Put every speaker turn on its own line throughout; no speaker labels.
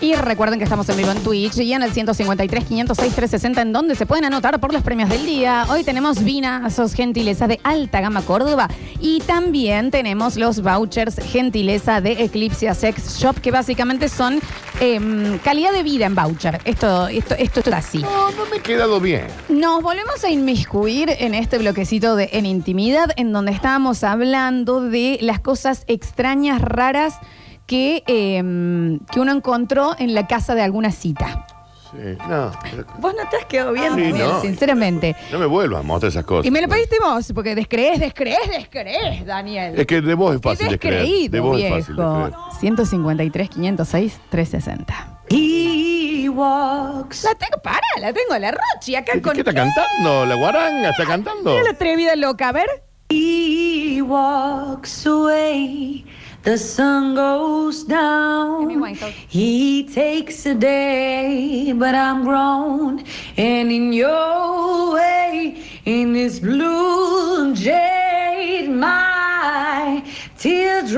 Y recuerden que estamos en vivo en Twitch y en el 153 506 360 en donde se pueden anotar por los premios del día. Hoy tenemos vinazos gentileza de Alta Gama Córdoba y también tenemos los vouchers gentileza de Eclipse Sex Shop que básicamente son em, calidad de vida en voucher. Esto esto esto es así.
No, no me he quedado bien.
Nos volvemos a inmiscuir en este bloquecito de En Intimidad, en donde estábamos hablando de las cosas extrañas, raras que, eh, que uno encontró en la casa de alguna cita.
Sí, no. pero-
Vos no te has quedado bien,
Sí,
Daniel,
no.
sinceramente.
No me vuelvas a mostrar esas cosas.
Y me lo
No.
pediste vos, porque descrees, descrees, descrees, Daniel.
Es que de vos es
Qué
fácil de creer. De
descreído,
vos
viejo.
es fácil de creer.
153, 506, 360.
He walks.
La tengo, para, la tengo, la Rochi, acá
¿Qué,
con...
qué está cantando? ¿La guaranga está cantando?
Mira la atrevida loca, a ver.
He walks away. The sun goes
Amy
down.
Winehouse.
He takes a day, but I'm grown. And in your way, in this blue jade, my tears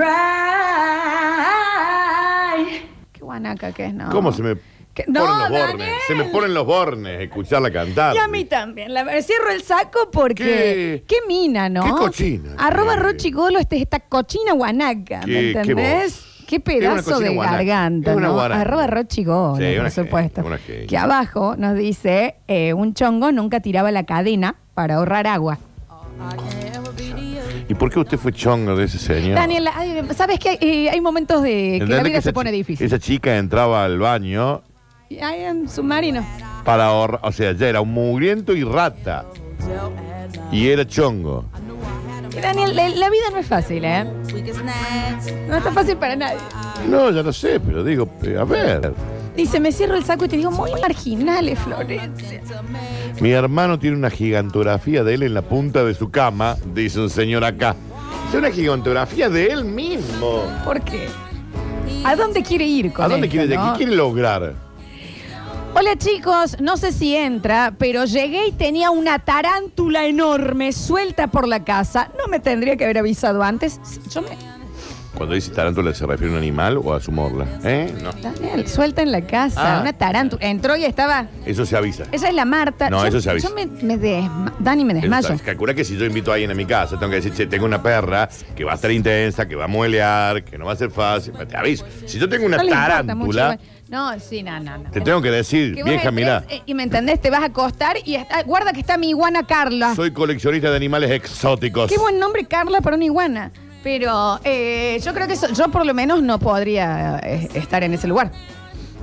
dry.
Qué guanaca que es, ¿no?
¿Cómo se me
¿Qué?
ponen
No,
los bornes?
Daniel.
Se me ponen los bornes escucharla cantar.
Y a mí también. La, cierro el saco porque.
Qué-
Qué, mina, ¿no?
qué cochina.
Arroba
Qué-
Rochi Golo, este, esta cochina guanaca. ¿Me
Qué- qué
entendés?
voz.
Qué
Es
pedazo
una
de
cochina guanaca.
garganta.
Es una
¿no?
guaraca.
Arroba Rochi Golo,
Sí, una
por
genia,
supuesto.
una genia.
Que abajo nos dice: eh, un chongo nunca tiraba la cadena para ahorrar agua.
¿Y por qué usted fue chongo de ese señor?
Daniel, ay, ¿sabes qué? Eh, hay momentos de que la
¿Entendés
vida
esa
se pone
chi-
difícil.
Esa chica entraba al baño
Ay, en submarino.
para ahorrar. O sea, ya era un mugriento y rata. Y era chongo.
Y Daniel, la, la vida no es fácil, ¿eh? No está fácil para nadie.
No, ya lo sé, pero digo, eh, a ver.
Dice, me cierro el saco y te digo, muy marginales, Florencia.
Mi hermano tiene una gigantografía de él en la punta de su cama, dice un señor acá. Es una gigantografía de él mismo.
¿Por qué? ¿A dónde quiere ir con
¿A dónde
esto,
quiere llegar?
no?
¿Qué quiere lograr?
Hola chicos, no sé si entra, pero llegué y tenía una tarántula enorme suelta por la casa. No me tendría que haber avisado antes. Sí, Yo me...
Cuando dice tarántula, ¿se refiere a un animal o a su morla? ¿Eh? No.
Daniel, suelta en la casa,
Ah.
una tarántula. Entró y estaba...
Eso se avisa.
Esa es la Marta.
No,
yo,
eso se avisa.
Yo me, me desma- Dani, me
Eso se
desmayo.
avisa. Calcula que si yo invito a alguien a mi casa, tengo que decir, che, tengo una perra que va a estar intensa, que va a muelear, que no va a ser fácil. Te aviso. Si yo tengo una
No le importa
tarántula,
mucho, igual. No, sí, no, no. no.
te tengo que decir,
Que vos
vieja,
entres,
mirá,
eh, Y me entendés, te vas a acostar y está- guarda que está mi iguana Carla.
soy coleccionista de animales exóticos.
Qué buen nombre Carla para una iguana. Pero eh, yo creo que eso- yo por lo menos no podría eh, estar en ese lugar.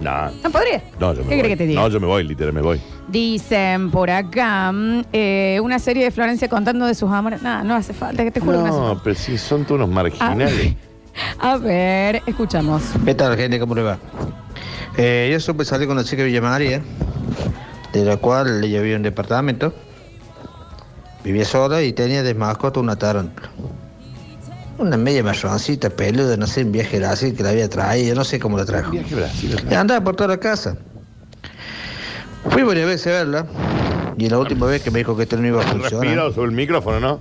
No,
No podría.
no, yo me
¿Qué
voy.
crees que te diga?
No, yo me voy, literal, me voy.
Dicen por acá mm, eh, una serie de Florencia contando de sus amores. Nada, no hace falta, que te juro que no hace
No, pero sí, son tú unos marginales.
falta. A ver, escuchamos.
¿Qué tal, gente? ¿Cómo le va? Eh, yo supe salir con una chica de Villa María, de la cual ella vivía en un departamento. Vivía sola y tenía de mascota una tarántula. Una media marroncita, peluda, no sé, en viaje era así que la había traído, no sé cómo la
Ah.
trajo.
Viaje a Brasil.
Y andaba por toda la casa. Fui varias veces a verla y la última vez que me dijo que esto no iba a funcionar.
Respirado sobre el micrófono, ¿no?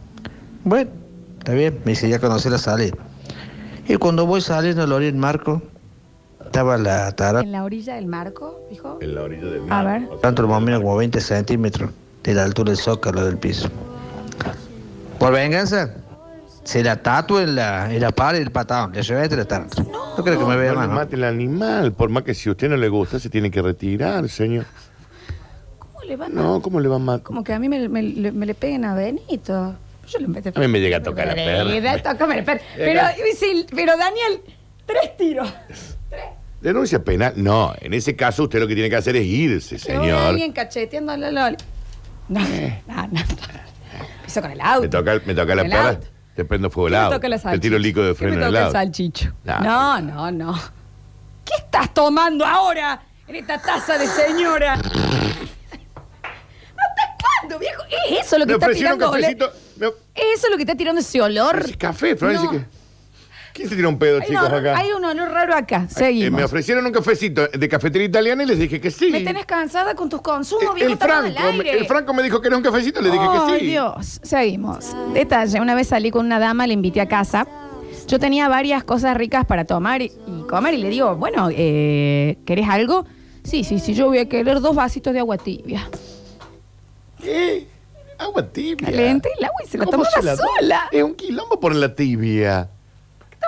Bueno, está bien, me hice ya conocer la salida. Y cuando voy saliendo al orillo del marco, estaba la
En la orilla del marco, dijo.
En la orilla del
A
mar.
ver.
tanto más o menos como 20 centímetros de la altura del zócalo del piso. Por venganza, se la tatué en la, en la pared del patadón, le llevé la tarántula. No creo que me vea
No
más.
le
¿no?
mate el animal, por más que si a usted no le gusta, se tiene que retirar, señor.
¿Cómo le van a-
No, ¿cómo le va a matar?
Como que a mí me, me- le- me le peguen a Benito. Yo le metí-
A mí me llega a tocar la perra.
Me llega a tocarme la perra. Pero, sí, pero Daniel, tres tiros.
Denuncia penal. No, en ese caso usted lo que tiene que hacer es irse,
Veo a
señor. Eh.
Alguien cacheteando a la Loli. No, no, no. Empiezo con el auto.
Me toca, me toca la
Con el
perra,
auto.
te prendo fuego
¿Qué
el
me
auto.
toca la
Te tiro
salchicha?
el líquido de
¿Qué me
freno en el
toca el
auto.
salchicho?
No.
No, no, no. ¿Qué estás tomando ahora en esta taza de señora? ¿Hasta cuándo, viejo? ¿Es eso lo que
Me
está
ofrecieron un
tirando? olor?
cafecito. Me of-
¿Es eso lo que está tirando ese olor?
¿Es café, Florencia.
No.
que- ¿Quién se tira un pedo,
Hay un,
chicos,
olor,
acá?
hay un olor raro acá.
Eh,
Seguimos.
me ofrecieron un cafecito de cafetería italiana y les dije que sí.
Me tenés cansada con tus consumos,
el,
viejo.
el Franco, me- el Franco me dijo que era un cafecito, le dije que sí.
Dios. Seguimos. Detalle, una vez salí con una dama, la invité a casa. Yo tenía varias cosas ricas para tomar y comer y le digo, bueno, eh, ¿querés algo? Sí, sí, sí, yo voy a querer dos vasitos de agua tibia.
¿Qué? Agua tibia.
Calenté el agua y se la
¿Cómo
tomaba
se la toma?
sola.
Es un quilombo por la tibia.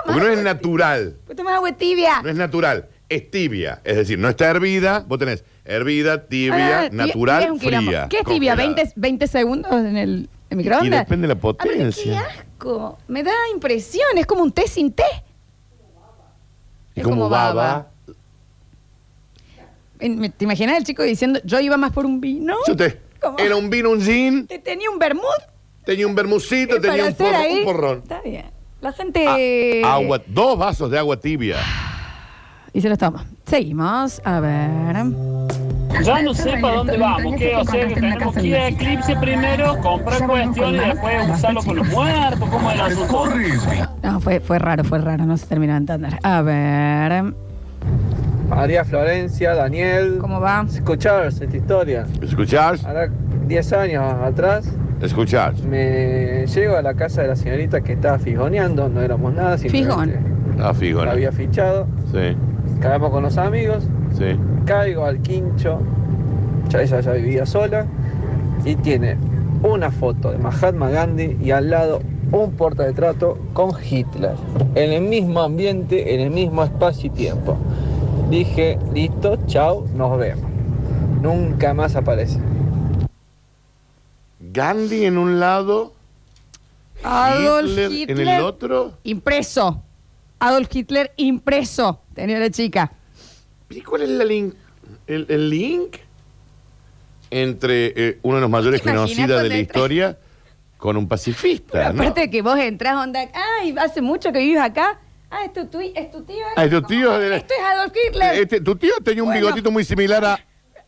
Porque no es natural.
Voy a tomar agua tibia.
No es natural. Es tibia. Es decir, no está hervida. Vos tenés hervida, tibia,
Ah, tibia-
natural,
tibia es un quilombo.
fría.
¿Qué es tibia?
congelada.
¿20, 20 segundos en el, en microondas?
Y depende de la
Ah, pero
potencia.
¡Qué asco! Me da impresión. Es como un té sin té.
Es como baba.
En- me- ¿Te imaginas el chico diciendo, yo iba más por un vino?
Yo te-
¿Cómo?
Era un vino, un gin,
Te tenía un vermut.
tenía un
eh,
bermucito,
para
tenía un,
hacer
porro- un
ahí.
porrón.
Está bien. La gente...
Ah, agua, dos vasos de agua tibia.
Y se los toma. Seguimos. A ver...
Ya no sé para dónde vamos, ¿qué? O sea que tenemos que ir a Eclipse primero, comprar cuestiones y después usarlo con los muertos, ¿cómo es el asunto?
No, fue, fue raro, fue raro. No se terminó de entender. A ver...
María Florencia, Daniel.
¿Cómo va?
Escucharos esta historia.
¿Escuchás?
Ahora 10 años atrás
¿Escuchás?
me llego a la casa de la señorita que estaba fijoneando, no éramos nada, simplemente
Ah, fijo,
la
¿no?
había fichado,
Sí,
cagamos con los amigos,
sí.
caigo al quincho, ya ella ya vivía sola, y tiene una foto de Mahatma Gandhi y al lado un portarretrato con Hitler, en el mismo ambiente, en el mismo espacio y tiempo. Dije, listo, chao, nos vemos. Nunca más aparece.
Gandhi en un lado,
Adolf Hitler,
en el otro.
impreso. Adolf Hitler impreso. Tenía la chica.
¿Y cuál es la link- el, el link entre eh, uno de los mayores
¿Te imaginas
genocidas de
cuando
la
entra-
historia con un pacifista? ¿no?
Aparte de que vos entrás onda, ay, hace mucho que vives acá. Ah, es tu, tui- es tu tío.
Ah, es tu tío, era-
Esto es Adolf Hitler.
Este, tu tío tenía un
Bueno.
bigotito muy similar a.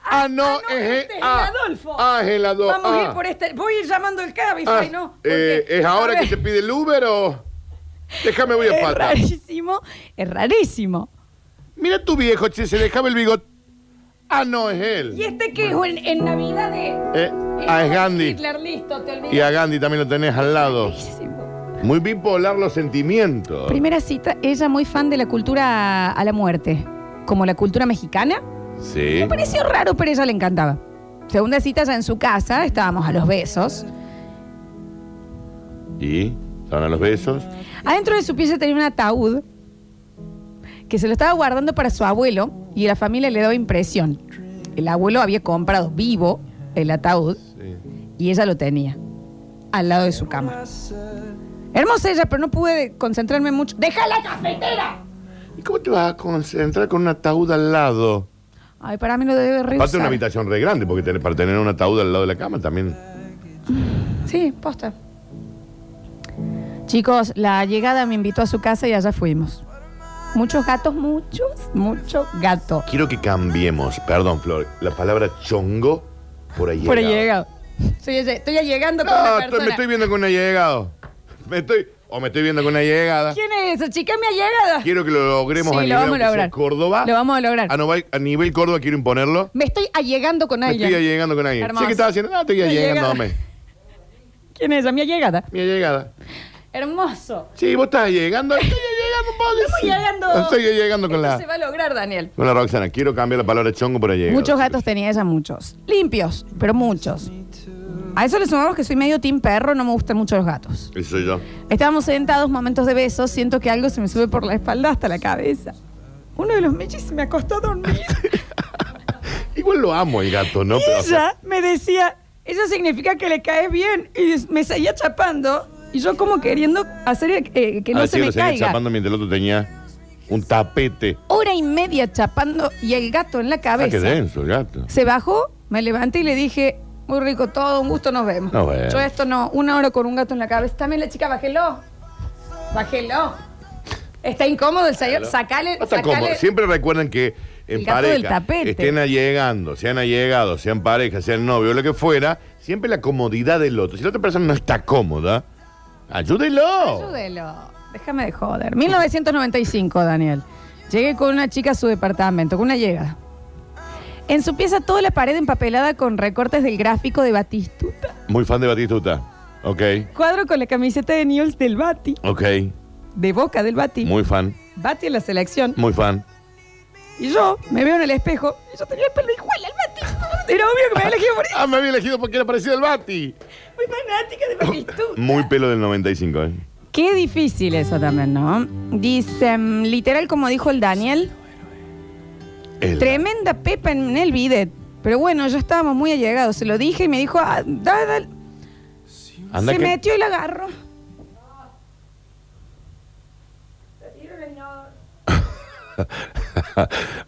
Ah, no,
Ah, no,
es,
este es el
ah,
Adolfo.
Ah, es el Adolfo.
Vamos a ir
ah,
por este. Voy a ir llamando el cabeza,
ah,
¿no?
eh,
Porque,
¿Es ahora
a
que
ver,
te pide el Uber o.? Déjame, voy a
Es
pata.
rarísimo, es rarísimo.
Mira tu viejo, che, se dejaba el bigot. Ah, no, es
¿Y
él.
este que es en, en Navidad de
Eh, ah, es Gandhi.
Hitler? Listo, te olvidé.
Y a Gandhi también lo tenés al lado.
Rarísimo.
Muy bipolar los sentimientos.
Primera cita, ella muy fan de la cultura a la muerte, como la cultura mexicana.
Sí.
Pareció raro, pero a ella le encantaba. Segunda cita ya en su casa, estábamos a los besos.
¿Y? ¿Son a los besos?
Adentro de su pieza tenía un ataúd que se lo estaba guardando para su abuelo y la familia le daba impresión. El abuelo había comprado vivo el ataúd
Sí.
y ella lo tenía al lado de su cama. Hermosa ella, pero no pude concentrarme mucho. ¡Deja la cafetera!
¿Y cómo te vas a concentrar con un ataúd al lado?
Ay, para mí lo debe
Aparte una
reusar.
habitación re grande, porque tenés- para tener un ataúd al lado de la cama también.
Sí, posta. Chicos, la llegada me invitó a su casa y allá fuimos. Muchos gatos, muchos, muchos gatos.
Quiero que cambiemos, perdón, Flor, la palabra chongo por ahí.
Por ahí llegado. Estoy, alle- estoy allegando con
No,
una
estoy-
persona.
me estoy viendo con una llegada. Me estoy, o me estoy viendo con una llegada.
¿Quién es esa chica? ¿Me ha llegado?
Quiero que lo logremos
Sí,
a
lo
nivel
vamos a
aunque sea
lograr.
Córdoba.
Lo vamos a lograr.
A, nova- a nivel Córdoba quiero imponerlo.
Me estoy allegando con
Ah, Me
alguien.
estoy llegando con alguien.
Hermoso.
Sé que estaba haciendo, no, estoy
Una llegada.
llegándome.
¿Quién es esa? Mi allegada.
Mi llegada.
Hermoso.
Sí, vos estás llegando. Estoy llegando un poco.
Estamos
sí.
llegando.
Estoy llegando con
Esto
la.
se va a lograr, Daniel.
Hola Roxana, quiero cambiar la palabra chongo por allá.
Muchos gatos tenía ella, muchos. Limpios, pero muchos. A eso le sumamos que soy medio team perro, no me gustan mucho los gatos.
Eso soy yo.
Estábamos sentados, momentos de besos, siento que algo se me sube por la espalda hasta la cabeza. Uno de los mechis se me acostó a dormir.
Igual lo amo el gato, ¿no?
Y
Pero, o sea,
ella me decía, eso significa que le cae bien. Y des- me seguía chapando. Y yo como queriendo hacer eh, que
a
no
ver
se
si
me
Ah, lo seguía
caiga.
chapando mientras el otro tenía un tapete.
Hora y media chapando y el gato en la
Ah, qué
cabeza.
denso el gato.
Se bajó, me levanté y le dije, muy rico todo, un gusto, nos vemos.
Nos vemos.
Yo esto no, una hora con un gato en la cabeza. También la chica, bájelo. Bájelo. Está incómodo el señor, sacale,
No está
sacale-
cómodo. Siempre recuerden que en
El gato del
pareja
tapete.
estén allegando, sean allegados, sean pareja, sean novio, lo que fuera, siempre la comodidad del otro. Si la otra persona no está cómoda, ayúdelo.
Ayúdelo. Déjame de joder. 1995, Daniel. Llegué con una chica a su departamento, con una llegada. En su pieza toda la pared empapelada con recortes del gráfico de Batistuta.
Muy fan de Batistuta. Ok,
Cuadro con la camiseta de News del Bati.
ok.
de boca del Bati.
Muy fan,
Bati en la selección.
muy fan.
Y yo me veo en el espejo y yo tenía el pelo igual al Bati. Era obvio que me había elegido por
Ah, me había elegido porque era parecido al Bati.
Muy fanática de Batistuta.
Muy pelo del 95, ¿eh?
Qué difícil eso también, ¿no? Dice, mm, literal como dijo el Daniel,
El-
tremenda pepa en el bidet. Pero bueno, ya estábamos muy allegados. Se lo dije y me dijo, ah, dale, dale.
Anda
se
que-
metió y la agarro.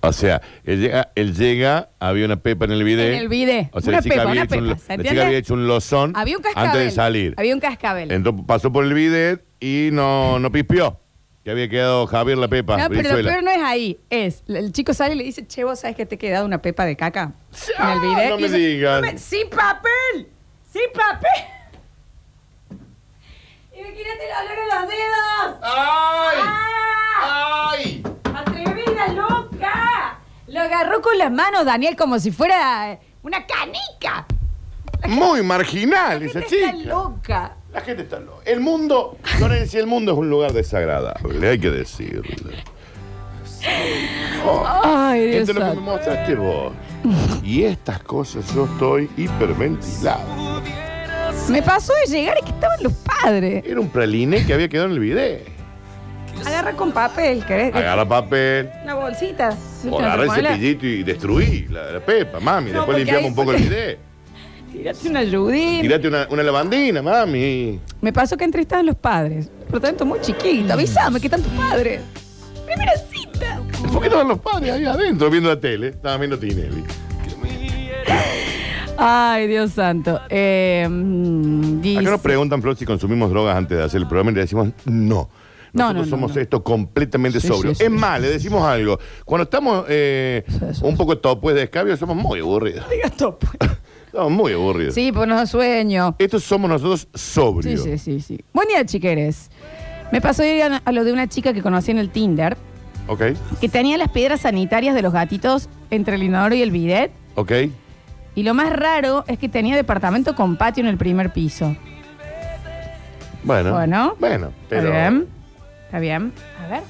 o sea, él llega, él llega, había una pepa en el video.
En el bidet.
O sea,
Una
la chica,
pepa,
había,
una
hecho un,
pepa,
lo-
¿se
la chica
entiende?
había hecho un lozón
Había un cascabel.
¿Mm? antes de salir.
Había un cascabel.
Entonces pasó por el bidet y no, no pispió. Que había quedado Javier la pepa.
no, pero lo
Brizuela.
peor no es ahí. Es, el chico sale y le dice, che, vos sabés que te he quedado una pepa de caca en el bidet.
Ah, no
Y
me
dice,
digas.
"No me- ¡Sin papel! ¡Sin papel! Imagínate el olor a los dedos.
¡Ay!
¡Ah!
¡Ay!
¡Atrevida, loca! Lo agarró con las manos, Daniel, como si fuera eh, una canica.
Muy marginal
Esta
esa
está
chica.
loca.
La gente está loca. El mundo, Florencia, el mundo es un lugar desagradable, hay que decirlo.
Ay, Dios
Esto es lo que me
santo.
mostraste vos. Y estas cosas yo estoy hiperventilado.
Me pasó de llegar y que estaban los padres.
Era un praline que había quedado en el bidet.
Agarra con papel, ¿querés?
Agarra papel,
Una bolsita.
o agarra el
Ponela.
cepillito y destruí la, la pepa, mami.
No,
Después
porque
limpiamos
ahí
un poco
fue
el
que-
bidet.
Tirate una ayudín.
Tirate una, una lavandina, mami.
Me pasó que entre estaban los padres. Por lo tanto, muy
Mm.
chiquito. Avísame que están tus padres. Primera cita.
¿Por qué estaban los padres ahí adentro viendo la tele? Estaban viendo Tinelli.
Ay, Dios santo. Eh, mm,
Acá nos
dice-
preguntan, Flor, si consumimos drogas antes de hacer el programa y le decimos no.
No,
Nosotros
no, no,
somos
no.
esto completamente
Sí,
sobrio.
sí, sí,
es más, le decimos algo. Cuando estamos eh,
Sí, sí,
un poco topes de escabio, somos muy aburridos.
Diga top.
Estamos muy aburridos.
pues. Sí, pues no da sueño.
Estos somos nosotros
Sí,
sobrios.
sí, sí, sí. Buen día, chiqueres. Me pasó ir a, a lo de una chica que conocí en el Tinder,
¿Ok?
que tenía las piedras sanitarias de los gatitos entre el inodoro y el bidet.
¿Ok?
Y lo más raro es que tenía departamento con patio en el primer piso.
Bueno.
Bueno.
Bueno, pero.
¿Está bien? ¿Está bien? A ver.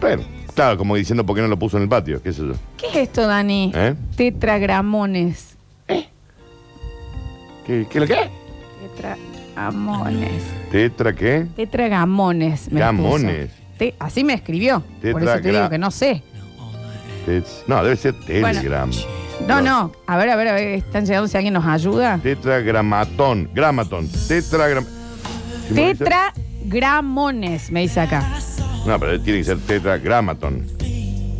Bueno, claro, como diciendo por qué no lo puso en el patio, qué sé yo.
¿Qué es esto, Dani?
¿Eh?
Tetragramones.
¿Qué, qué lo que?
Tetragramones.
¿Tetra qué?
Tetragamones. me
Gamones.
puso. Te- así me escribió. Por eso te
Tetragra-
digo que no sé.
Tet- no, debe ser telegram.
No, no. A ver, a ver, a ver. Están llegando si alguien nos ayuda.
Tetragramatón. Gramatón. Tetragram. ¿Sí me dice?
Tetragramones, me dice acá.
No, pero tiene que ser tetragramatón.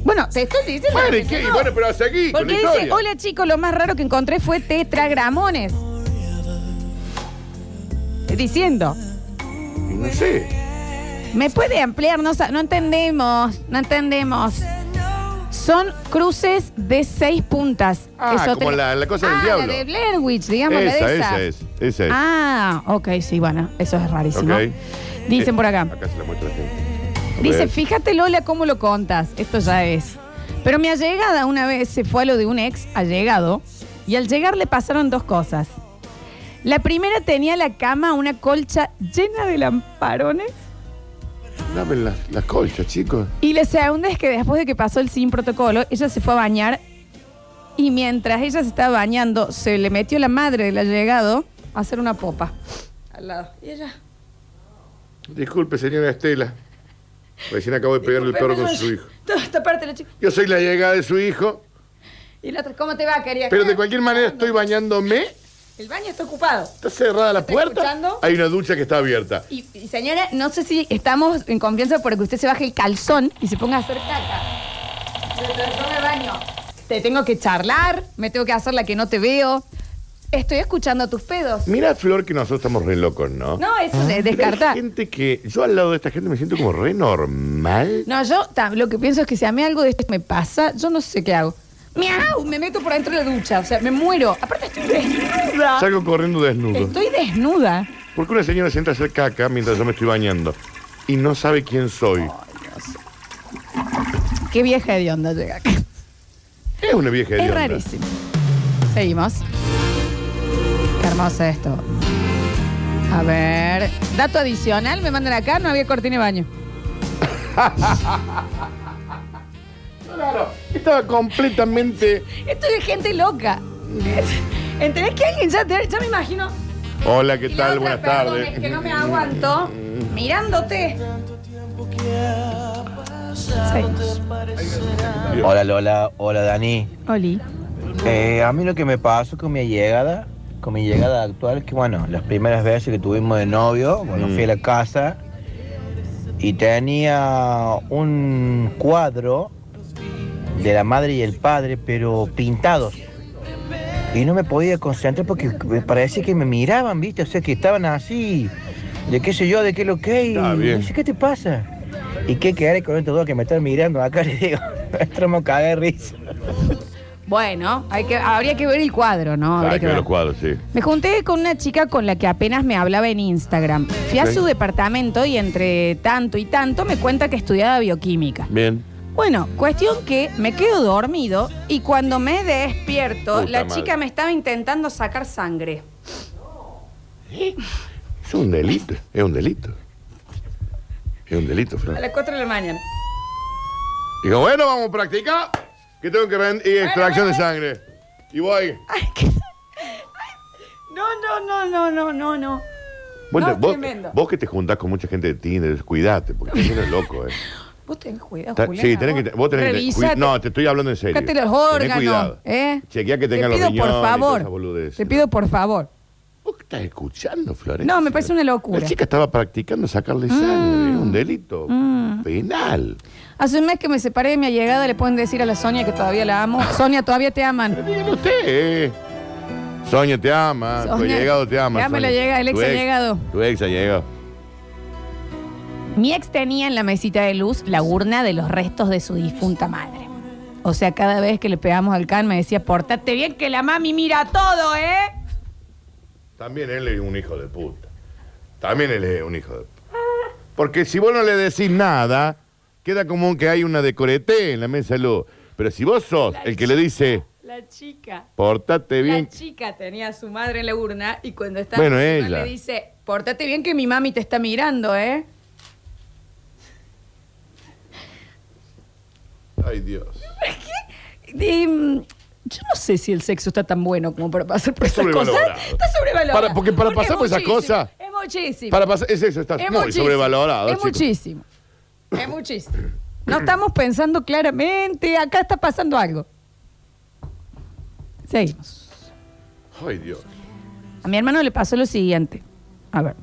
Bueno, te estoy diciendo.
Bueno,
que
¿y qué?
no.
Y bueno, pero seguí con la
Porque dice,
historia.
hola chicos, lo más raro que encontré fue tetragramones. Diciendo,
Y No sé.
¿me puede ampliar? No, sa- no entendemos, no entendemos. Son cruces de seis puntas.
Ah,
Eso
como
te-
la, la cosa del
Ah,
diablo.
la de Blair Witch, digamos, la
esa,
de
esa
esa.
es. Esa es.
Ah, ok, sí, bueno, eso es rarísimo.
Ok. Eh,
Dicen por acá.
Acá se la muestra la gente. A
Dice,
ver.
fíjate Lola cómo lo contas. Esto ya es. Pero mi allegada una vez se fue a lo de un ex allegado y al llegar le pasaron dos cosas. La primera tenía la cama una colcha llena de lamparones
Dame las, las colchas, chicos.
y la segunda es que después de que pasó el sin protocolo, ella se fue a bañar y mientras ella se estaba bañando se le metió la madre del allegado a hacer una popa al lado. Y ella...
Disculpe, señora Estela. Recién acabo de pegarle el perro con su hijo.
Toda esta parte de la chica.
Yo soy la llegada de su hijo,
Y la otra, ¿cómo te va, querida?
pero de cualquier manera estoy bañándome.
El baño está ocupado.
Está cerrada la
¿Está
puerta.
escuchando?
Hay una ducha que está abierta.
Y, y señora, no sé si estamos en confianza porque usted se baje el calzón y se ponga a hacer caca. Pero te lo tome baño. Te tengo que charlar, me tengo que hacer la que no te veo. Estoy escuchando tus pedos.
Mira, Flor, que nosotros estamos re locos, ¿no?
No, eso de
Hay
descartar.
gente que. Yo al lado de esta gente me siento como re normal.
No, yo ta- lo que pienso es que si a mí algo de esto me pasa, yo no sé qué hago. ¡Miau! Me meto por dentro de la ducha, o sea, me muero. Aparte estoy desnuda.
Salgo corriendo desnudo.
Estoy desnuda.
Porque una señora se entra a hacer caca mientras yo me estoy bañando. Y no sabe quién soy.
Qué vieja de onda llega acá.
Es una vieja de
Es rarísimo. Seguimos. Qué hermoso esto. A ver, dato adicional, me mandan acá, no había cortina de baño.
Claro, estaba completamente.
Esto es gente loca. ¿Entendés que alguien ya, te- ya me imagino?
Hola, ¿qué
Y
tal?
otra,
Buenas
perdón,
tardes.
es que no me aguanto mirándote. Seguimos.
Hola Lola, hola Dani.
Oli.
Eh, a mí lo que me pasó con mi llegada, con mi llegada actual, que bueno, las primeras veces que tuvimos de novio, bueno,
Mm.
fui a la casa y tenía un cuadro de la madre y el padre, pero pintados. Y no me podía concentrar porque me parecía que me miraban, ¿viste? O sea, que estaban así, de qué sé yo, de qué lo que.
Está
Y
bien.
dice, ¿qué te pasa? ¿Y qué quedaré con estos dos que me están mirando acá? Le digo, esto me cagué de risa.
Bueno, hay que, habría que ver el cuadro, ¿no? Habría
Ah,
que
que
ver.
los cuadros, sí.
Me junté con una chica con la que apenas me hablaba en Instagram. Fui a
Ok.
su departamento y entre tanto y tanto me cuenta que estudiaba bioquímica.
Bien.
Bueno, cuestión que me quedo dormido y cuando me despierto,
Puta
la
madre.
chica me estaba intentando sacar sangre.
Es un delito, es un delito. Es un delito,
A
Fran.
las 4 de la mañana.
Dijo, bueno, vamos a practicar. Que tengo que rendir extracción de sangre. Y voy.
Ay, qué- ay, No, no, no, no, no, no, no.
Vos,
No,
te- vos-
tremendo.
vos que te juntás con mucha gente de Tinder, cuidate, porque te eres loco, eh.
Vos tenés cuidado,
Ta-
Julián.
sí, tenés que, vos tenés que.
Revisate.
cuid- No, te estoy hablando en serio.
Tocate los
Tenés
órganos,
cuidado.
¿eh?
Chequea que tenga
Te
los
pido
riñones y
por
todas
favor.
esas boludeces.
Te pido por favor.
¿Vos qué estás escuchando, Florencia?
No, me parece una locura. Mm.
La chica estaba practicando sacarle sangre, un delito penal.
Hace un mes que me separé de mi llegada, le pueden decir a la Sonia que todavía la amo. Sonia, todavía te
Pero
aman.
dígale usted. eh. Sonia te ama, tu
Sonia,
llegado te ama.
ya me la
Sonia.
llega, el
Tu
ex ha llegado.
Tu ex ha llegado.
Mi ex tenía en la mesita de luz la urna de los restos de su difunta madre. O sea, cada vez que le pegamos al can me decía, portate bien que la mami mira todo, ¿eh?
También él es un hijo de puta. También él es un hijo de puta. Porque si vos no le decís nada, queda como que hay una decorete en la mesa de luz. Pero si vos sos el que le dice,
La chica.
portate bien.
La chica tenía a su madre en la urna y cuando está
Bueno,
encima
ella.
le dice, portate bien que mi mami te está mirando, ¿eh?
Ay, Dios.
De, mm, yo no sé si el sexo está tan bueno como para pasar por
Está
esas cosas.
sobrevalorado.
Está sobrevalorado.
Para- porque para pasar
es
por esas
muchísimo,
cosas-
Es muchísimo.
Para pasar, es eso, está
es
muy
muchísimo,
sobrevalorado.
Es
chicos.
muchísimo. Es muchísimo. No estamos pensando claramente. Acá está pasando algo. Seguimos.
Ay, Dios.
A mi hermano le pasó lo siguiente. A ver.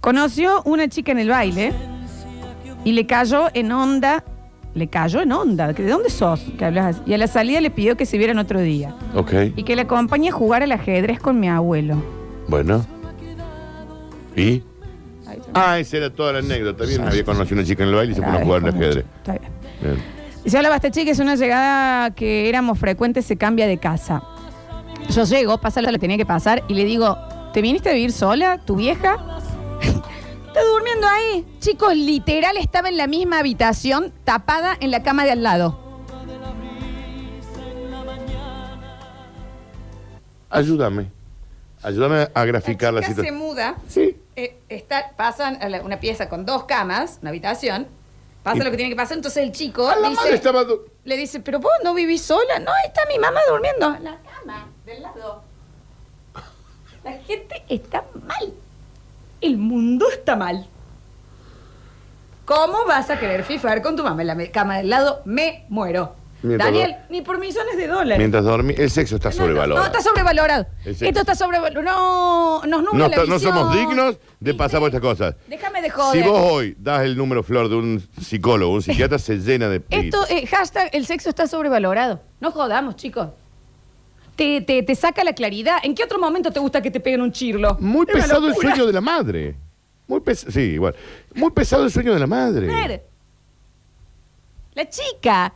Conoció una chica en el baile y le cayó en onda. Le cayó en onda. ¿De dónde sos? Que hablas así? Y a la salida le pidió que se vieran otro día.
Ok,
Y que le acompañe a jugar al ajedrez con mi abuelo.
bueno. ¿Y?
Ahí está.
Ah, esa era toda la anécdota. Bien, había conocido una chica en el baile y se fueron a jugar al ajedrez.
Está bien.
Bien.
Dice, hola, basta chica, es una llegada que éramos frecuentes, se cambia de casa. Yo llego, pasa lo que tenía que pasar y le digo, ¿te viniste a vivir sola, tu vieja? Está durmiendo ahí. Chicos, literal estaba en la misma habitación, tapada en la cama de al lado.
Ayúdame. Ayúdame a graficar la,
chica se
situación.
muda,
Sí.
eh, está, pasan a la- una pieza con dos camas, una habitación, pasa
Y-
lo que tiene que pasar, entonces el chico
A la madre
dice,
estaba. du-
le dice, pero vos no vivís sola. No, está mi mamá durmiendo. En la cama, del lado. La gente está mal. El mundo está mal. ¿Cómo vas a querer fifar con tu mamá en la me- cama del lado? Me muero.
Mientras
Daniel, ni por millones de dólares.
Mientras dormí, el sexo está
No, no,
sobrevalorado.
No, está sobrevalorado.
Es
Esto está sobrevalorado. No, nos nubla
No
la
está- no
visión.
somos dignos de
¿Viste?
pasar por estas cosas.
Déjame de joder.
Si vos hoy das el número flor de un psicólogo, un psiquiatra, se llena de.
Esto, eh, hashtag, el sexo está sobrevalorado. No jodamos, chicos. Te, te, te saca la claridad. ¿En qué otro momento te gusta que te peguen un chirlo?
Muy
Es una
pesado el
locura.
sueño de la madre. Muy pesado. Sí, igual. Muy pesado el sueño de la madre.
A ver. La chica.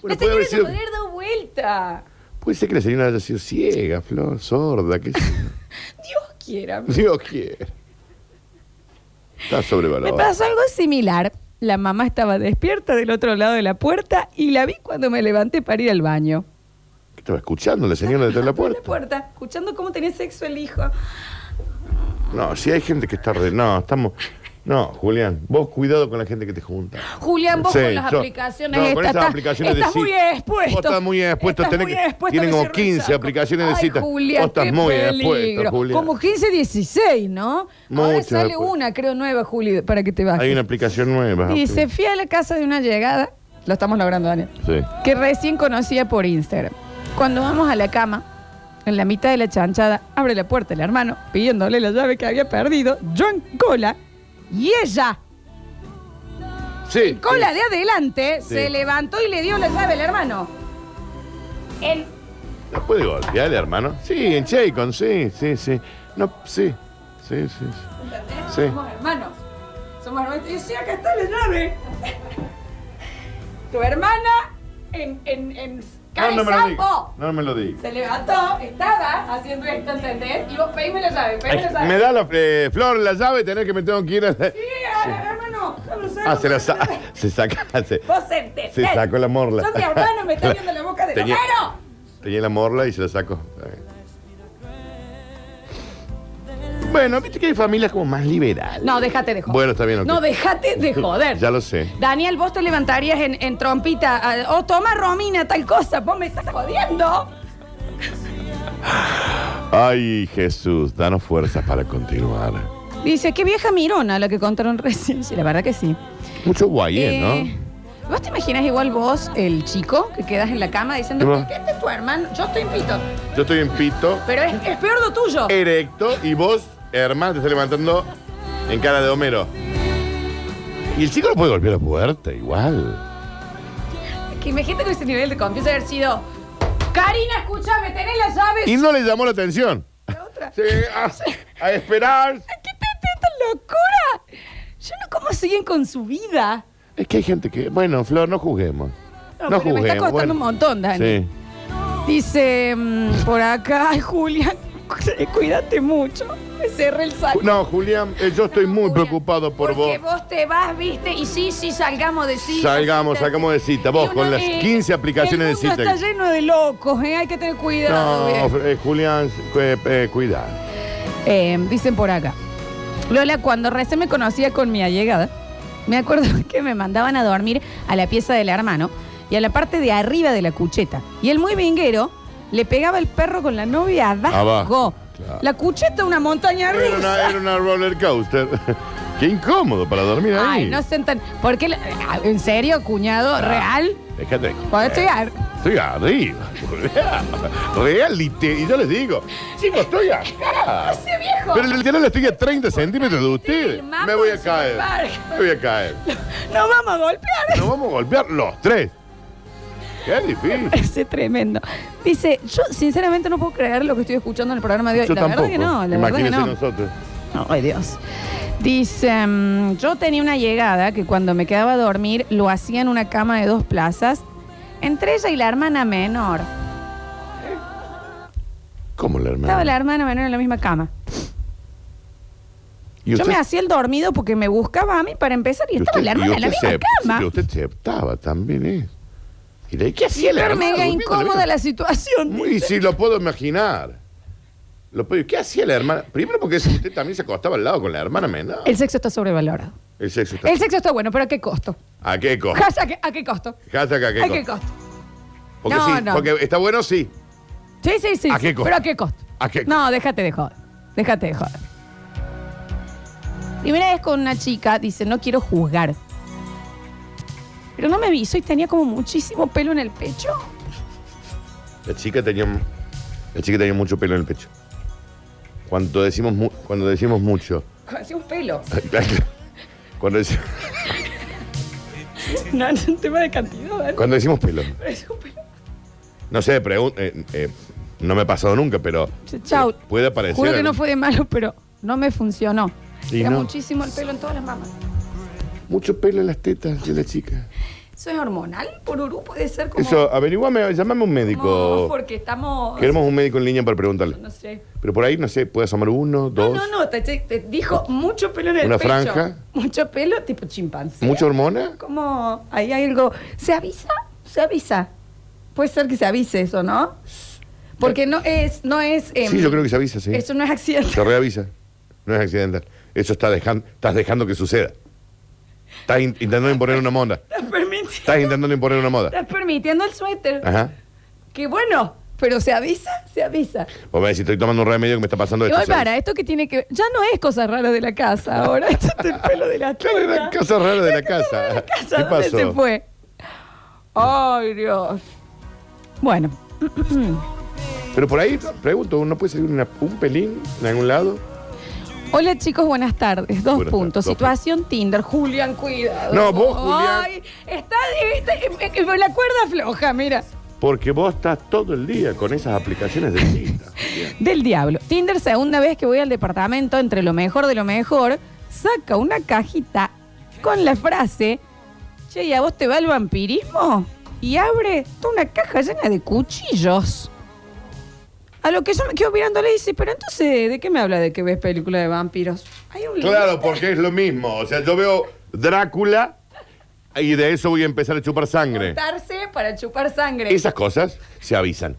Bueno,
la señora
puede haber
de
sido-
poder dar vuelta.
Puede ser que la señora haya sido ciega, flor, sorda, qué sé yo.
Dios quiera.
Dios quiere. Está
Me
sobrevalorado.
pasó algo similar. La mamá estaba despierta del otro lado de la puerta y la vi cuando me levanté para ir al baño.
Estaba escuchando la señora detrás de la
Abrí
puerta.
la puerta, escuchando cómo tenía sexo el hijo.
No, si hay gente que está re... No, estamos... No, Julián, vos cuidado con la gente que te junta.
Julián, vos
Sí,
con las
yo-
aplicaciones
no,
estas
con esas
estás-
aplicaciones de
estás
cita.
muy expuesto.
Vos estás muy expuesto,
Estás
tenés
muy
que-
expuesto,
tienen como
me cierro el
15
saco.
aplicaciones de
Ay,
cita.
Julián,
Vos estás
qué
muy expuesto,
peligro.
Julián.
Como 15, 16, ¿no? Ahora
Mucho
sale
después.
una, creo, nueva, Juli, para que te bajes.
Hay una aplicación nueva.
Y se fía a la casa de una llegada, lo estamos logrando, Daniel,
Sí.
que recién conocía por Instagram. Cuando vamos a la cama, en la mitad de la chanchada, abre la puerta el hermano, pidiéndole la llave que había perdido, yo en cola, y ella,
Sí.
cola de adelante,
Sí.
se levantó y le dio la llave al hermano. El
¿La puede golpear, hermano? Sí, en Chaycon, sí, sí, sí. No, sí, sí, sí. sí.
¿Entendés?
Sí.
Somos hermanos. Somos hermanos. Y sí, acá está la llave. tu hermana en, en, en
Ah,
cara de sapo.
No me lo digas.
Se levantó, estaba haciendo esto, ¿entendés? Y vos pedime la llave, pedime la
Ay,
llave.
Me da la eh, flor la llave, tenés que me tengo que ir a...
Sí, a ver, hermano, no lo sé.
Ah, se la sa- se saca, se,
Vos entendés.
se sacó la morla.
Son de hermano, me está viendo la boca de
Tenía-
hermano.
Tenía la morla y se la sacó. Bueno, viste que hay familias como más liberales.
No, déjate de joder.
Bueno, está bien, ok.
No, déjate de joder.
Ya lo sé.
Daniel, vos te levantarías en, en trompita. ah, O toma Romina, tal cosa. Vos me estás jodiendo.
Ay, Jesús, danos fuerzas para continuar.
Dice, qué vieja mirona la que contaron recién. Sí, la verdad que sí.
Mucho guayé,
Eh,
¿no?
¿Vos te imaginas igual vos, el chico, que quedas en la cama diciendo,
¿Cómo?
¿qué este es tu hermano? Yo estoy en pito.
Yo estoy en pito,
Pero es, es peor lo tuyo.
erecto, y vos, hermano, te estás levantando en cara de Homero. Y el chico no puede golpear la puerta, igual.
Que imagínate con ese nivel de confianza haber sido, Karina, escúchame, tenés las llaves.
Y no le llamó la atención.
La otra.
Sí, a, a esperar.
¿Qué te esta locura? Yo no, ¿cómo siguen con su vida?
Es que hay gente que. Bueno, Flor, no juzguemos. No,
No, pero me
juzguemos.
está costando
bueno.
un montón, Dani.
Sí.
Dice mm, por acá, ay, Julián, cuídate mucho. Me cerré el saco.
No, Julián, eh, yo estoy
No,
muy
Julián,
preocupado por
porque
vos.
vos. te vas, viste, y sí, sí, salgamos de cita.
Salgamos,
cita,
sacamos de cita. Vos,
Y
con
uno,
las
eh,
15 aplicaciones
el
de
mundo
cita.
Está lleno de locos, ¿eh? hay que tener cuidado.
No,
bien.
eh, Julián, eh, eh, cuidado.
Eh, dicen por acá. Lola, cuando recién me conocía con mi allegada, me acuerdo que me mandaban a dormir a la pieza del hermano y a la parte de arriba de la cucheta. Y el muy vinguero le pegaba el perro con la novia abajo.
Abajo, claro.
La cucheta, una montaña rusa.
Era una, era una roller coaster. Qué incómodo para dormir ahí. Ah.
Ay, no sentan. ¿Por qué? la- ah, ¿En serio, cuñado? ¿Real?
Déjate.
¿Podés llegar?
Estoy arriba. Julián. Realite. Y yo les digo, chicos, estoy acá.
¡Ese viejo!
Pero literal estoy a 30 centímetros de ustedes.
Filmamos
Me voy a
en
caer.
Superpark.
Me voy a caer.
¡Nos vamos a golpear!
Nos vamos a golpear los tres. Qué difícil.
Parece tremendo. Dice, yo sinceramente no puedo creer lo que estoy escuchando en el programa de hoy.
Yo
la
tampoco.
verdad que no, la
Imagínense
verdad que no.
nosotros.
Ay, Dios. Dice, mm, yo tenía una llegada que cuando me quedaba a dormir lo hacía en una cama de dos plazas, entre ella y la hermana menor.
¿Cómo la hermana?
Estaba la hermana menor en la misma cama.
¿Y
Yo
usted-
me hacía el dormido porque me buscaba a mí para empezar y,
y
estaba
usted-
la
y
hermana en la
usted
misma
se-
cama.
sí, usted se aceptaba también, ¿eh? ¿Y de qué hacía la
Pero
hermana?
mega
durmiendo en la
incómoda
misma-
la situación.
Muy, sí, lo puedo imaginar. Lo puedo- ¿Qué hacía la hermana? Primero porque usted también se acostaba al lado con la hermana menor.
El sexo está sobrevalorado.
El sexo está...
El sexo está bueno, pero ¿a qué costo?
¿A qué costo?
¿A qué, a qué costo?
Hashtag ¿A qué
¿A qué
costo?
costo?
Porque
No,
sí,
no.
porque está bueno, sí.
Sí, sí, sí.
¿A
sí,
qué costo?
Pero ¿a qué costo?
¿A qué costo?
No, déjate de joder. Déjate de joder. Primera vez con una chica, dice, no quiero juzgar. Pero no me avisó y tenía como muchísimo pelo en el pecho.
La chica tenía, la chica tenía mucho pelo en el pecho. Cuando decimos, mu- cuando decimos mucho.
Hacía un pelo.
Cuando, deci-
No, es un tema de cantidad. ¿eh?
cuando decimos pelo.
Parecía un pelo.
No sé, pregun- eh, eh, no me ha pasado nunca, pero.
Sí, chau.
eh, Puede aparecer.
Juro que no
algún-
fue de malo, pero no me funcionó.
Y
Era
no.
muchísimo el pelo en todas las mamas.
Mucho pelo en las tetas de la chica.
¿Eso es hormonal? ¿Por Uru puede ser como...?
Eso, averiguame, llamame a un
como
médico.
porque estamos...
Queremos un médico en línea para preguntarle.
No sé.
Pero por ahí, no sé, puede asomar uno, dos.
No, no, no, te, te- te dijo mucho pelo en el
Una
pecho.
franja.
Mucho pelo, tipo chimpancé.
¿Mucha hormona?
Como, ahí hay algo. ¿Se avisa? ¿Se avisa? Puede ser que se avise eso, ¿no? Porque no es, no es. em,
Sí, yo creo que se avisa, sí.
Eso no es accidente.
Se reavisa. no es accidental. Eso está dejando, estás dejando que suceda. Estás in- intentando imponer una moda.
Estás permitiendo,
Estás intentando imponer una moda.
estás permitiendo el suéter.
Ajá.
Que bueno, pero se avisa, se avisa.
Vos me decís, estoy tomando un remedio que me está pasando
Y
esto.
voy para, esto que tiene que Ya no es cosa rara de la casa ahora. Esto es el pelo de la
Claro,
tuna.
era cosa rara de la casa.
casa,
¿Qué
¿dónde se
pasó?
fue? Ay, Dios. Bueno,
Pero por ahí, pregunto, ¿no puede salir una- un pelín en algún lado?
hola chicos, buenas tardes. Dos
Buenas
puntos.
tardes, dos
Situación Tinder. Julián, cuidado.
No, vos, Julián.
Ay, está, está- eh, eh, la cuerda floja, mira.
Porque vos estás todo el día con esas aplicaciones de cita.
Del diablo. Tinder, segunda vez que voy al departamento, entre lo mejor de lo mejor, saca una cajita con la frase, che, ¿y a vos te va el vampirismo? Y abre toda una caja llena de cuchillos. A lo que yo me quedo mirándole y dice, pero entonces, ¿de qué me habla de que ves película de vampiros? Hay un
Claro,
límite.
porque es lo mismo. O sea, yo veo Drácula y de eso voy a empezar a chupar sangre.
Juntarse para chupar sangre.
Esas cosas se avisan.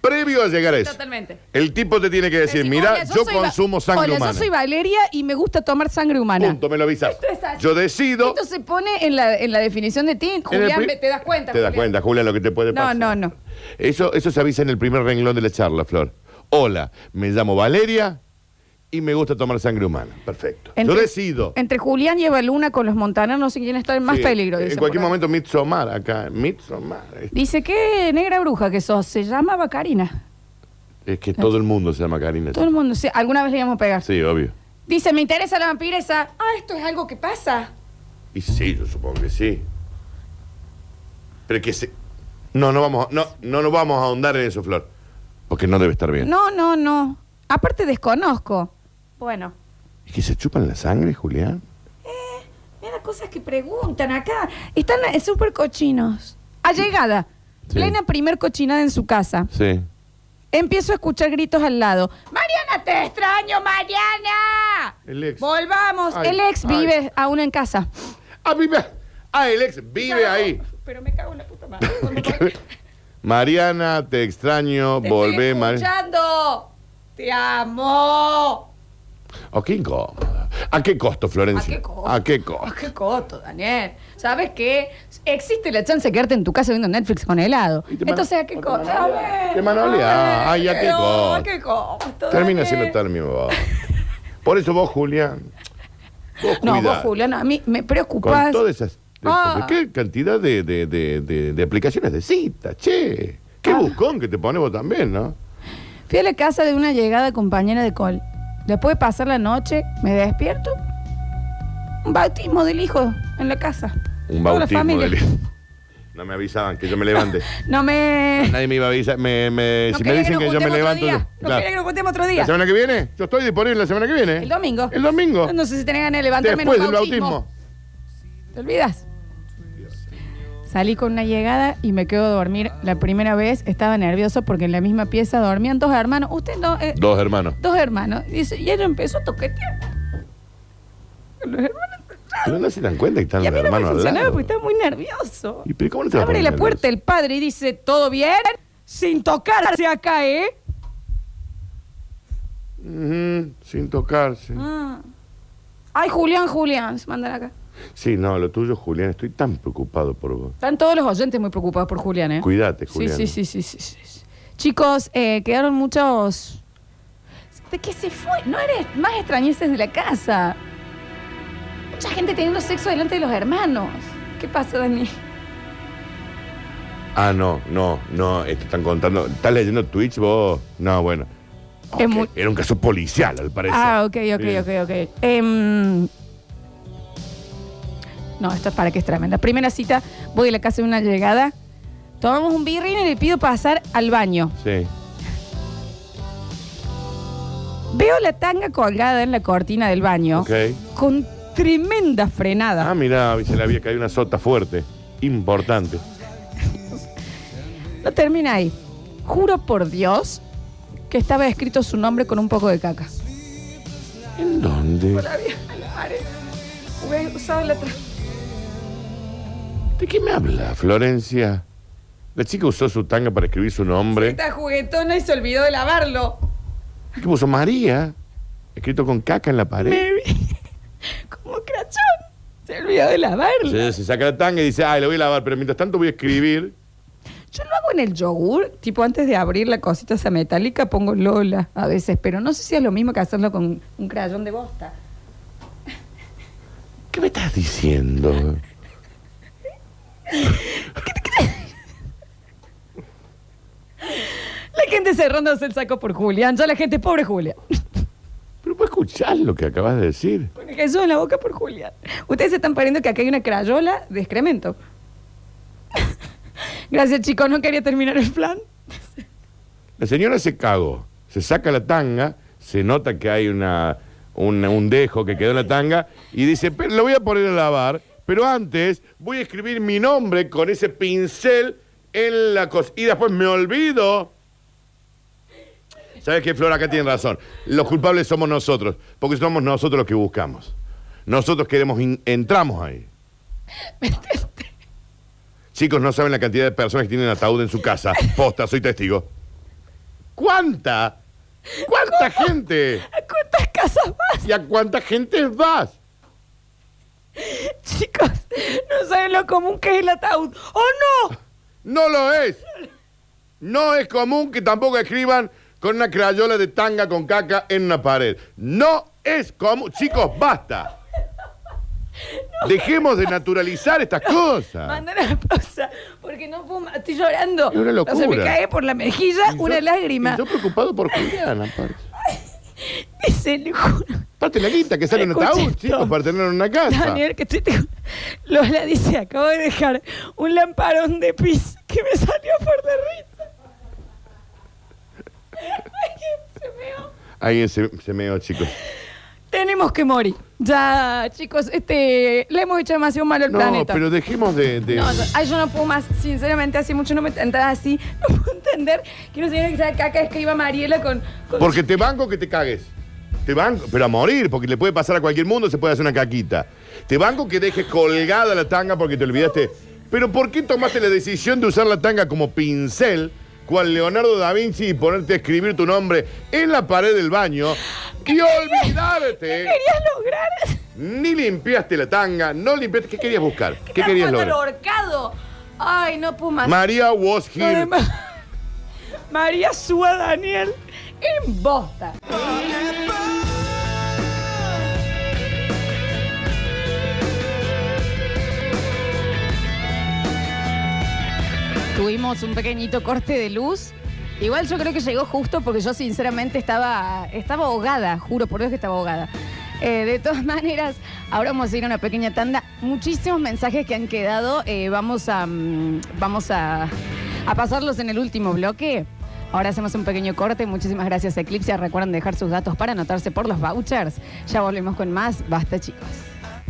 Previo a llegar a eso.
Totalmente.
El tipo te tiene que decir,
Decir,
mira,
"Hola,
yo,
soy va-
consumo sangre
Hola,
humana.
yo soy Valeria y me gusta tomar sangre humana.
Punto, me lo avisas.
Esto es así.
Yo decido.
Esto se pone en la, en la definición de ti.
en el
Julián,
pri-
ve- te das cuenta.
Te das
Julián.
cuenta, Julia, lo que te puede
No,
pasar.
no, no.
Eso, eso se avisa en el primer renglón de la charla, Flor. Hola, me llamo Valeria y me gusta tomar sangre humana. Perfecto. yo decido.
Entre Julián y Eva Luna con los montanos, no sé quién está en más
Sí,
peligro. dice
En
por
cualquier
acá.
momento, Midsommar acá. Midsommar. Es,
Dice, ¿qué negra bruja que sos? Se llama Karina.
es que todo el mundo se llama Karina.
Todo el mundo, sí, alguna vez le íbamos a pegar.
Sí, obvio.
Dice, me interesa la vampiresa. Ah, esto es algo que pasa.
Y sí, yo supongo que sí. Pero que se... No, no vamos, a- no, no nos vamos a ahondar en eso, Flor. Porque no debe estar bien.
No, no, no. Aparte desconozco. Bueno.
¿Es que se chupan la sangre, Julián?
Mira las cosas que preguntan acá. Están eh, súper cochinos. Allegada.
Sí.
Plena primer cochinada en su casa.
Sí.
Empiezo a escuchar gritos al lado. Mariana, te extraño, Mariana.
El ex.
Volvamos.
Ay,
el ex
ay.
vive aún en casa.
Ah, vive. Ah, el ex vive ahí.
Pero me cago en la puta madre.
Mariana, te extraño,
Te
volvé,
estoy
Mariana.
escuchando. Te amo.
Oh, qué incómoda. ¿A qué costo, Florencia?
¿A qué costo?
¿A qué
Ah,
costo?
qué coto, Daniel. ¿Sabes qué? Existe la chance de quedarte en tu casa viendo Netflix con helado.
Y te mano-
Entonces, ¿a qué
o te
costo?
manolea.
A ver,
Te manolea.
a
Ay, ¿a qué
ver,
costo?
¿a qué costo,
Termina
Daniel?
siendo tal mi voz. Por eso vos, Julián. Vos
No, vos,
cuidá.
Julián, a mí me preocupas.
Con todas esas.
Ah.
¿Qué cantidad de, de- de- de- de aplicaciones de cita? Che. Qué
Ah.
buscón que te pones vos también, ¿no?
Fui a la casa de una llegada compañera de col. Después de pasar la noche, me despierto. Un bautismo del hijo en la casa.
Un
Toda la
bautismo
familia.
de No me avisaban que yo me levante.
No me.
Nadie me iba a avisar. Me- me-
no
si me
quería
dicen
nos
que, yo me
juntemos otro
levanto.
día.
yo-
No
claro.
quería que nos juntemos otro
¿La
día.
semana que viene? Yo estoy disponible la semana que viene.
El domingo.
El domingo.
No sé si tenés ganas de levantarme en un
Después del bautismo.
¿Te olvidas? Salí con una llegada y me quedo a dormir. La primera vez estaba nervioso porque en la misma pieza dormían dos hermanos. Usted no, eh,
Dos hermanos.
dos hermanos. Dice, y ella empezó a toquetear. Los hermanos.
Pero no se dan cuenta que están
Y a
los
mí no me
hermanos al
funcionaba
lado.
porque estaba muy nervioso.
¿Y pero cómo no te vas a
Abre
poner
la
nervioso?
puerta el padre y dice, ¿todo bien? Sin tocarse acá, ¿eh?
Ujú, sin tocarse.
Mm. Ay, Julián, Julián, se mandan acá.
Sí, no, lo tuyo, Julián. Estoy tan preocupado por vos.
Están todos los oyentes muy preocupados por Julián, ¿eh?
Cuídate,
Sí,
Julián.
sí, sí, sí, sí, sí, sí. Chicos, eh, quedaron muchos... ¿De qué se fue? No eres más extrañeces de la casa. Mucha gente teniendo sexo delante de los hermanos. ¿Qué pasa, Dani?
Ah, no, no, no. Esto están contando. ¿Estás leyendo Twitch vos? No, bueno.
Es
Ok,
muy-
Era un caso policial, al parecer.
Ah, ok, ok,
Bien.
ok, ok. Em, no, esto es para que es tremenda. Primera cita, voy a la casa de una llegada. Tomamos un birrín y le pido pasar al baño.
Sí.
Veo la tanga colgada en la cortina del baño.
Ok.
Con tremenda frenada.
Ah, mira, se le había caído una sota fuerte. Importante.
No termina ahí. Juro por Dios que estaba escrito su nombre con un poco de caca.
¿En dónde?
eh.
¿De qué me habla, Florencia? La chica usó su tanga para escribir su nombre.
Está juguetona y se olvidó de lavarlo.
¿Qué puso María? Escrito con caca en la pared.
Mary. Como crachón. Se olvidó de lavarla.
Se, se saca la tanga y dice, ay, lo voy a lavar, pero mientras tanto voy a escribir.
Yo lo hago en el yogur, tipo antes de abrir la cosita esa metálica, pongo Lola a veces, pero no sé si es lo mismo que hacerlo con un crayón de bosta.
¿Qué me estás diciendo?
La gente cerrándose el saco por Julián, ya la gente, pobre Julián.
Pero puedes escuchar lo que acabas de decir.
Con el Jesús en la boca por Julián. Ustedes se están pariendo que acá hay una crayola de excremento. Gracias, chicos, no quería terminar el plan.
La señora se cagó, se saca la tanga, se nota que hay una, una- un dejo que quedó en la tanga y dice, pero lo voy a poner a lavar, pero antes voy a escribir mi nombre con ese pincel en la cosa. Y después me olvido. ¿Sabes qué, Flor? Acá tienen razón. Los culpables somos nosotros, porque somos nosotros los que buscamos. Nosotros queremos, in- entramos ahí. Chicos, no saben la cantidad de personas que tienen ataúd en su casa. Posta, soy testigo. ¿Cuánta? ¿Cuánta gente?
¿A cuántas casas vas,
¿Y a cuánta gente vas?
chicos? No saben lo común que es el ataúd. ¡Oh, no!
No lo es. No es común que tampoco escriban con una crayola de tanga con caca en una pared. No es común. Chicos, basta. Dejemos de naturalizar estas cosas.
Mándale a pausa, porque no puedo más. Estoy llorando.
Ah. Es una
O sea, me
locura.
cae por la mejilla
Y yo-
una lágrima.
y Yo preocupado por Juliana, aparte.
Dice, le juro.
Aparte la guita que sale en
Escucha
ataúd,
esto.
chicos, para tener una casa.
Daniel, que estoy. te- Lola dice: Acabo de dejar un lamparón de pis que me salió por la risa. Ay, que se meó.
Ahí se, se meó, chicos.
Tenemos que morir. Ya, chicos, este, le hemos hecho demasiado mal al
No,
planeta.
pero dejemos de. de-
No, yo- ay, yo no puedo más, sinceramente, hace mucho no me entraba así. No puedo entender que una señora que se caca escriba Mariela con. con
Porque te banco que te cagues. Te banco, pero a morir, porque le puede pasar a cualquier mundo, se puede hacer una caquita. Te banco que dejes colgada la tanga porque te olvidaste. Pero ¿por qué tomaste la decisión de usar la tanga como pincel, cual Leonardo da Vinci, y ponerte a escribir tu nombre en la pared del baño y olvidarte?
querías lograr?
Ni limpiaste la tanga, no limpiaste. ¿Qué querías buscar? ¿Qué querías
Estaba
lograr?
ahorcado. Ay, no puedo más.
María was here.
Además, María Súa Daniel en bosta. Tuvimos un pequeñito corte de luz. Igual yo creo que llegó justo porque yo sinceramente estaba, estaba ahogada, juro por Dios que estaba ahogada. Eh, de todas maneras, ahora vamos a ir a una pequeña tanda. Muchísimos mensajes que han quedado. eh, vamos a, mm, vamos a, a pasarlos en el último bloque. Ahora hacemos un pequeño corte. Muchísimas gracias, Eclipse. Recuerden dejar sus datos para anotarse por los vouchers. Ya volvemos con más. Basta, chicos.